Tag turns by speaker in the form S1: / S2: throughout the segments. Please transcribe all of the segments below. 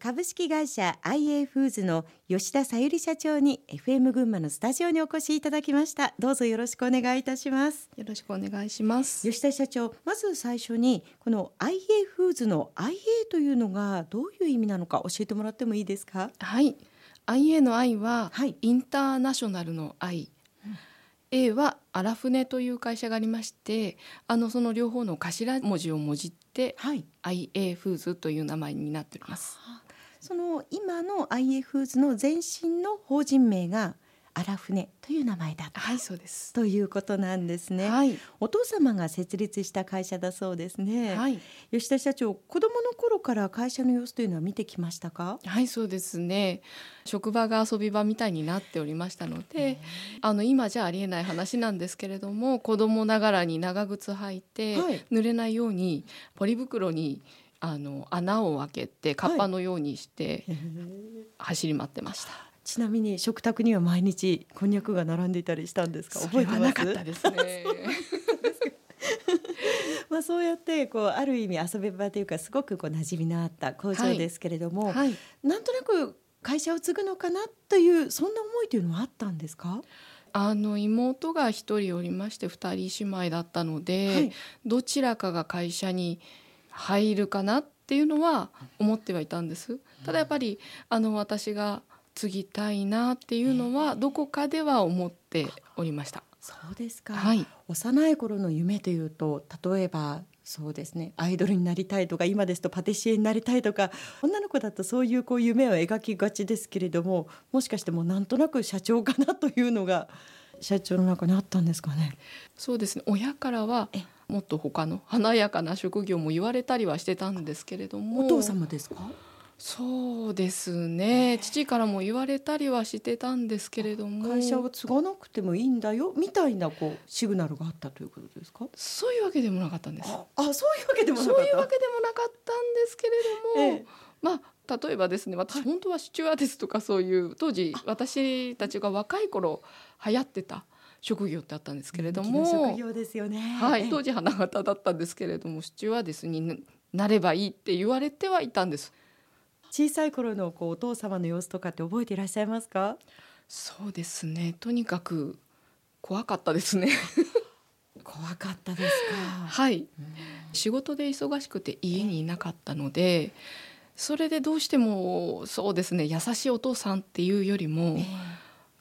S1: 株式会社 IA フーズの吉田さゆり社長に FM 群馬のスタジオにお越しいただきましたどうぞよろしくお願いいたします
S2: よろしくお願いします。
S1: 吉田社長まず最初にこの IA フーズの IA というのがどういう意味なのか教えてもらってもいいですか
S2: はい。IA の I は、
S1: はい
S2: インターナショナルの I。A はアラフネという会社がありまして、あのその両方の頭文字をもじって
S1: はい
S2: IA フーズという名前になっております。
S1: あその今の IA フーズの前身の法人名が荒船という名前だった
S2: はい、そうです。
S1: ということなんですね、
S2: はい、
S1: お父様が設立した会社だそうですね、
S2: はい、
S1: 吉田社長子供の頃から会社の様子というのは見てきましたか
S2: はい、そうですね。職場が遊び場みたいになっておりましたので、あの今じゃありえない話なんですけれども、子供ながらに長靴履いて、
S1: はい
S2: 濡れないようにポリ袋にあの穴を開けてカッパのようにして走り回ってました。
S1: ちなみに食卓には毎日こんにゃくが並んでいたりしたんですか
S2: そ
S1: 覚
S2: れ
S1: えて
S2: は
S1: ま
S2: な
S1: す
S2: かったですね。
S1: まあそうやってこうある意味遊び場というかすごくこう馴染みのあった工場
S2: はい
S1: ですけれど も、
S2: はい。
S1: なんとなく会社を継ぐのかなというそんな思いというのはあったんですか、
S2: あの妹が一人おりまして二人姉妹だったので、
S1: はい
S2: どちらかが会社に入るかなっていうのは思ってはいたんです。ただやっぱりあの私が継ぎたいなっていうのはどこかでは思っておりました。
S1: そうですか、
S2: はい。
S1: 幼い頃の夢というと例えばそうですねアイドルになりたいとか今ですとパティシエになりたいとか女の子だとそういうこう夢を描きがちですけれどももしかしてもうなんとなく社長かなというのが社長の中にあったんですかね。
S2: そうですね。親からは
S1: え
S2: もっと他の華やかな職業も言われたりはしてたんですけれども。
S1: お父様ですか
S2: そうですね。父からも言われたりはしてたんですけれども。
S1: 会社を継がなくてもいいんだよみたいなこうシグナルがあったということですか
S2: そういうわけでもなかったんです。
S1: ああ そういうわけでもなかっ
S2: そ
S1: た
S2: ういうわけでもなかったんですけれども、
S1: ええ
S2: まあ例えばですね私本当はシチュアですとかそういう当時私たちが若い頃流行ってた職業ってあったんですけれど
S1: 人気の
S2: も
S1: 職、業ですよね
S2: はい、当
S1: 時
S2: 時花形だったんですけれどもシチュアですになればいいって言われてはいたんです。
S1: 小さい頃のこうお父様の様子とかって覚えていらっしゃいますか
S2: そうですねとにかく怖かったですね
S1: 怖かったですか。
S2: はい仕事で忙しくて家にいなかったのでそれでどうしてもそうですね優しいお父さんっていうよりも、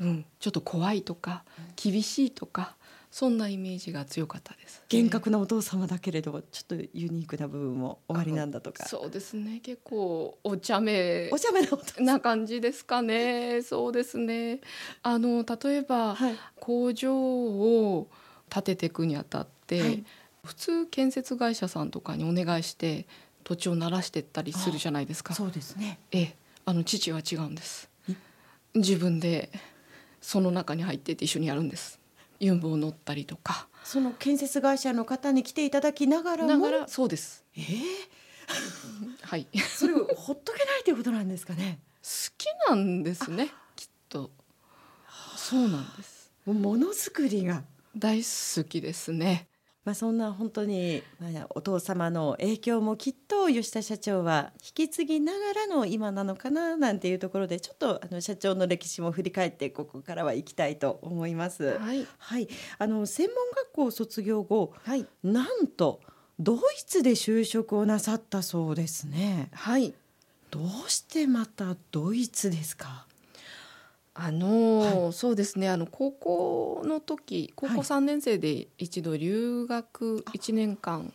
S2: うん、ちょっと怖いとか厳しいとかそんなイメージが強かったです、
S1: 厳格なお父様だけれど、ちょっとユニークな部分も終わりなんだとか。
S2: そうですね結構お茶目
S1: おしゃべりなお父様。
S2: な感じですかねそうですねあの例えば、
S1: はい。
S2: 工場を建てていくにあたって、
S1: はい
S2: 普通建設会社さんとかにお願いして土地を鳴らしてったりするじゃないですか
S1: そうですね。
S2: ええあの父は違うんです自分でその中に入ってて一緒にやるんですユンボを乗ったりとか
S1: その建設会社の方に来ていただきながら
S2: な
S1: も。
S2: がらそうです
S1: ええ
S2: はい
S1: それをほっとけないということなんですかね。
S2: 好きなんですねきっとそうなんです
S1: もうものづくりが。
S2: 大好きですね
S1: まあ、そんな本当に、まあ、お父様の影響もきっと吉田社長は引き継ぎながらの今なのかななんていうところでちょっとあの社長の歴史も振り返ってここからは行きたいと思います。
S2: はい
S1: はい、あの専門学校を卒業後
S2: はい
S1: なんとドイツで就職をなさったそうですね
S2: はい
S1: どうしてまたドイツですか
S2: あのーそうですねあの高校の時高
S1: はい
S2: 校3年生で一度留学1年間、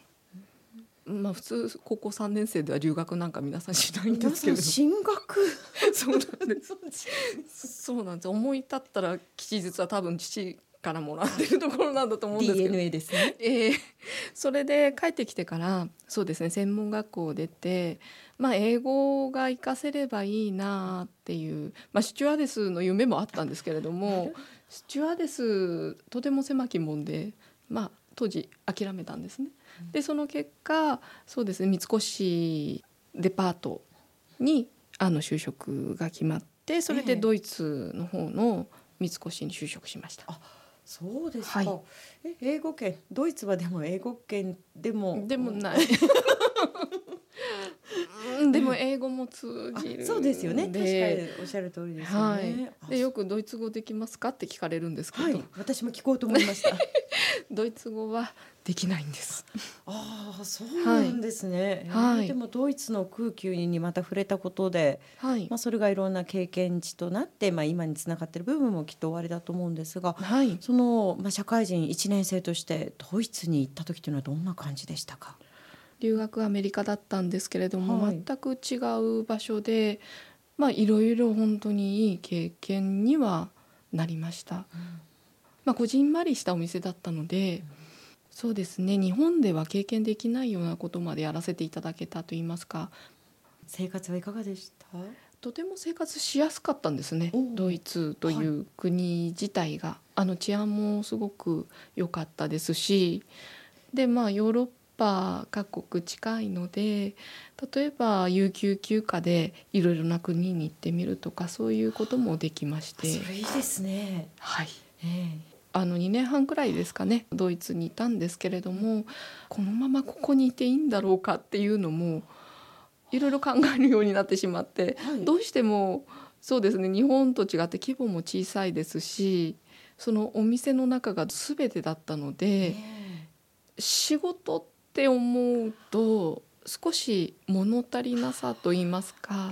S2: まあ普通高校3年生では留学なんか皆さんしないんで
S1: 皆
S2: す
S1: さ
S2: けれ
S1: ん
S2: ども
S1: 進学
S2: そうなんです。そうなんです。思い立ったら吉日は多分父からもらってるところなんだと思うんですけど。
S1: DNA ですね
S2: えーそれで帰ってきてからそうですね専門学校を出て、まあ、英語が活かせればいいなっていう、まあ、シチュアデスの夢もあったんですけれ どもシチュアデスとても狭き門で、まあ、当時諦めたんですね。でその結果そうですね三越デパートにあの就職が決まってそれ
S1: ええ
S2: でドイツの方の三越に就職しました。
S1: そうですか、
S2: はい
S1: え英語圏ド イツはでも英語圏でも
S2: でもない。ううん、でも英語も通
S1: あ
S2: じる
S1: そうですよね
S2: の
S1: 確かにおっしゃる通りですよね、
S2: はい、でよく「ドイツ語できますか?」って聞かれるんですけ
S1: は
S2: ど、
S1: い私も聞こうと思いました
S2: ドイツ語はできないんです。
S1: ああそうなんですね、
S2: は
S1: え
S2: い
S1: ーでもドイツの空気にまた触れたことで、
S2: はい
S1: まあ、それがいろんな経験値となって、まあ、今につながってる部分もきっと終わりだと思うんですが
S2: はい、
S1: その、まあ、社会人1年生としてドイツに行った時というのはどんな感じでしたか
S2: 留学アメリカだったんですけれども、
S1: はい
S2: 全く違う場所でまあいろいろ本当にいい経験にはなりました、まあこじんまりしたお店だったので、そうですね日本では経験できないようなことまでやらせていただけたといいますか
S1: 生活はいかがでした
S2: とても生活しやすかったんですね
S1: おう
S2: ドイツという国自体が、あの治安もすごく良かったですしでまあヨーロッパ各国近いので例えば有給休暇でいろいろな国に行ってみるとかそういうこともできまし
S1: あそ
S2: て、
S1: れいいですね、
S2: はい、
S1: え
S2: あの2年半くらいですかねドイツにいたんですけれどもこのままここにいていいんだろうかっていうのもいろいろ考えるようになってしまって
S1: えはい
S2: どうしてもそうですね日本と違って規模も小さいですしそのお店の中が全てだったので
S1: ね
S2: 仕事って思うと少し物足りなさと言います
S1: え
S2: か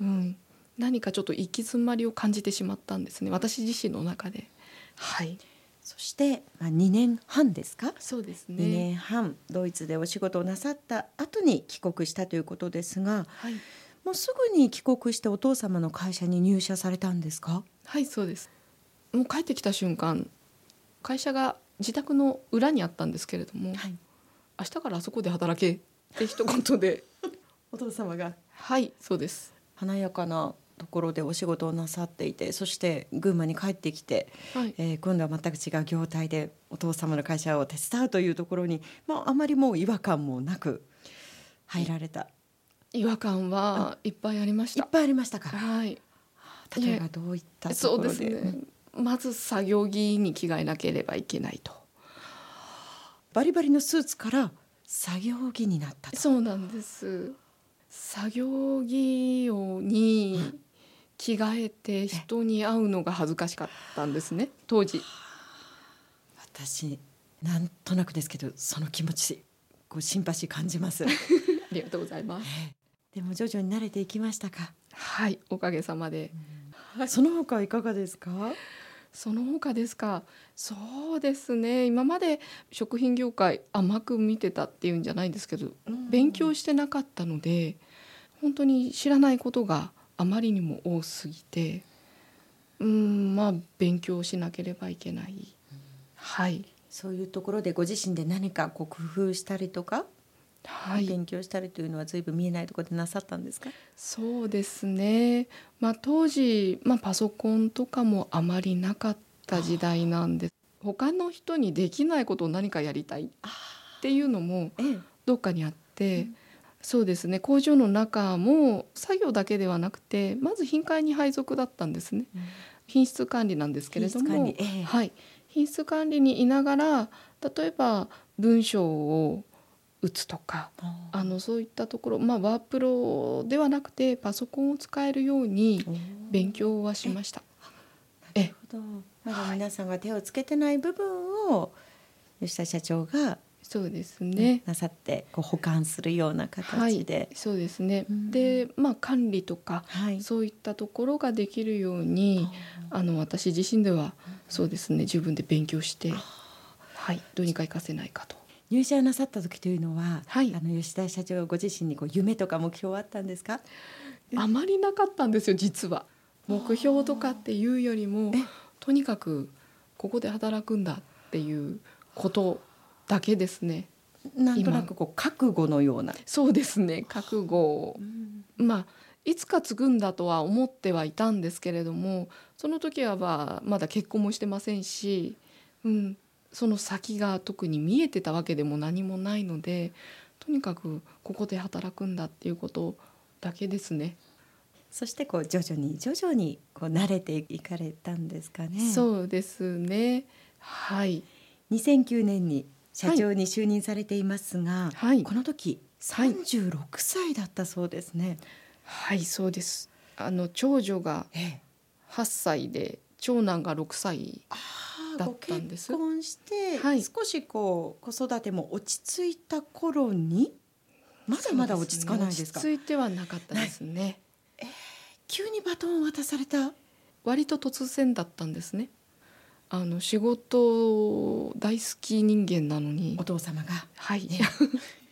S1: え、
S2: うん、何かちょっと行き詰まりを感じてしまったんですね私自身の中で。はい、
S1: そして、まあ、2年半ですか
S2: そうですね
S1: 2年半ドイツでお仕事をなさった後に帰国したということですが
S2: はい、
S1: もうすぐに帰国してお父様の会社に入社されたんですか
S2: はい、そうですもう帰ってきた瞬間会社が自宅の裏にあったんですけれども、
S1: はい
S2: 明日からあそこで働けって一言で
S1: お父様が
S2: はいそうです
S1: 華やかなところでお仕事をなさっていてそして群馬に帰ってきて、
S2: はい
S1: えー今度は全く違う業態でお父様の会社を手伝うというところに、まあ、あまりもう違和感もなく入られた
S2: 違和感はいっぱいありまし
S1: いったぱいありましたか
S2: はい
S1: 例えばどういったと
S2: そ
S1: こ
S2: うで
S1: ろ
S2: す
S1: で
S2: ねまず作業着に着替えなければいけないと
S1: バリバリのスーツから作業着になったと
S2: そうなんです作業着をに着替えて人に会うのが恥ずかしかったんですね当時
S1: 私なんとなくですけどその気持ちこうシンパシー感じます
S2: ありがとうございます
S1: でも徐々に慣れていきましたか、
S2: はいおかげさまで
S1: その他いかがですか
S2: その他ですかそうですね今まで食品業界甘く見てたっていうんじゃないんですけど勉強してなかったので本当に知らないことがあまりにも多すぎてうんまあ勉強しなければいけないはい
S1: そういうところでご自身で何かこう工夫したりとか、
S2: はい
S1: 勉強したりというのは随分見えないところでなさったんですか。
S2: そうですねまあ当時、まあ、パソコンとかもあまりなかった時代なんで他の人にできないことを何かやりたいっていうのも
S1: ええ、
S2: どっかにあって、
S1: うん
S2: そうですね工場の中も作業だけではなくてまず品管に配属だったんですね品質管理なんですけれども
S1: 品質管理ええ
S2: はい、品質管理にいながら例えば文章を打つとかあのそういったところ、まあ、ワープロではなくてパソコンを使えるように勉
S1: 強。
S2: 強はしました。
S1: なるほど。まだ皆さんが手をつけてない部分を吉田社長が
S2: そうですね、
S1: なさってこう保管するような形で、
S2: そうですね、
S1: うん
S2: でまあ管理とか
S1: はい。
S2: そういったところができるようにあの私自身ではそうですね自分で勉強して、はい、どうにか活かせないかと。
S1: 入社なさった時というのは、
S2: はい
S1: あの吉田社長ご自身にこう夢とか目標はあったんですか。
S2: あまりなかったんですよ実は目標とかっていうよりも
S1: え
S2: とにかくここで働くんだっていうことだけですね
S1: なんとなくこう覚悟のような。
S2: そうですね覚悟をまあいつか継ぐんだとは思ってはいたんですけれどもその時はまあまだ結婚もしてませんし、うん、その先が特に見えてたわけでも何もないのでとにかくここで働くんだっていうことだけですね。
S1: そしてこう徐々に徐々にこう慣れていかれたんですかね。う。
S2: そうですねはい
S1: 2009年に社長に就任されていますが、
S2: はい
S1: この時
S2: はい
S1: 36歳だったそうですね。
S2: はいそうですあの長女が
S1: ええ
S2: 8歳で長男が6歳
S1: ああ
S2: だ
S1: ご
S2: ったんです
S1: 結婚して、
S2: はい
S1: 少しこう子育ても落ち着いた頃にまだまだ落ち着かないですか
S2: そうね落ち着いてはなかったですね
S1: 急にバトンを渡された
S2: 割と突然だったんですねあの仕事大好き人間なのに
S1: お父様が
S2: はい
S1: ね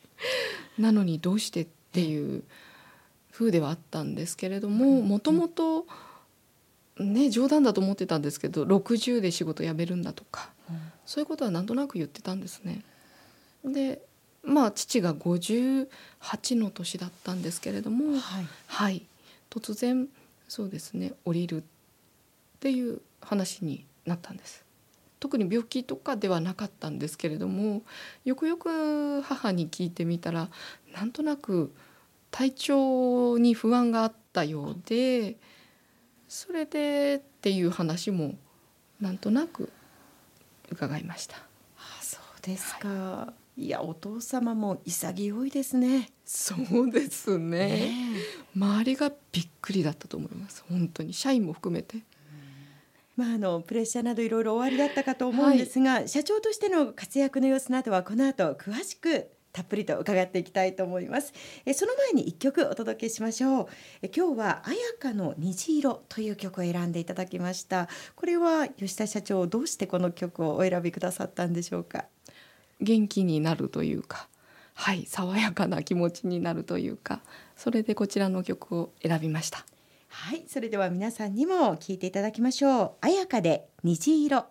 S2: なのにどうしてっていう風ではあったんですけれども
S1: うん
S2: もともとね冗談だと思ってたんですけど60で仕事辞めるんだとかそういうことはなんとなく言ってたんですね。でまあ父が58の年だったんですけれども、
S1: はい
S2: はい、突然そうですね降りるっていう話になったんです特に病気とかではなかったんですけれどもよくよく母に聞いてみたらなんとなく体調に不安があったようでそれでっていう話もなんとなく伺いました
S1: あそうですか、い、やお父様も潔いですね
S2: そうですね
S1: ねえ
S2: 周りがびっくりだったと思います本当に社員も含めて
S1: まあ、あのプレッシャーなどいろいろおありだったかと思うんですが、社長としての活躍の様子などはこの後詳しくたっぷりと伺っていきたいと思いますえその前に一曲お届けしましょうえ今日は「綾香の虹色」という曲を選んでいただきましたこれは吉田社長どうしてこの曲をお選びくださったんでしょうか
S2: 元気になるというか、はい、爽やかな気持ちになるというかそれでこちらの曲を選びました。
S1: はいそれでは皆さんにも聴いていただきましょう「綾香で虹色」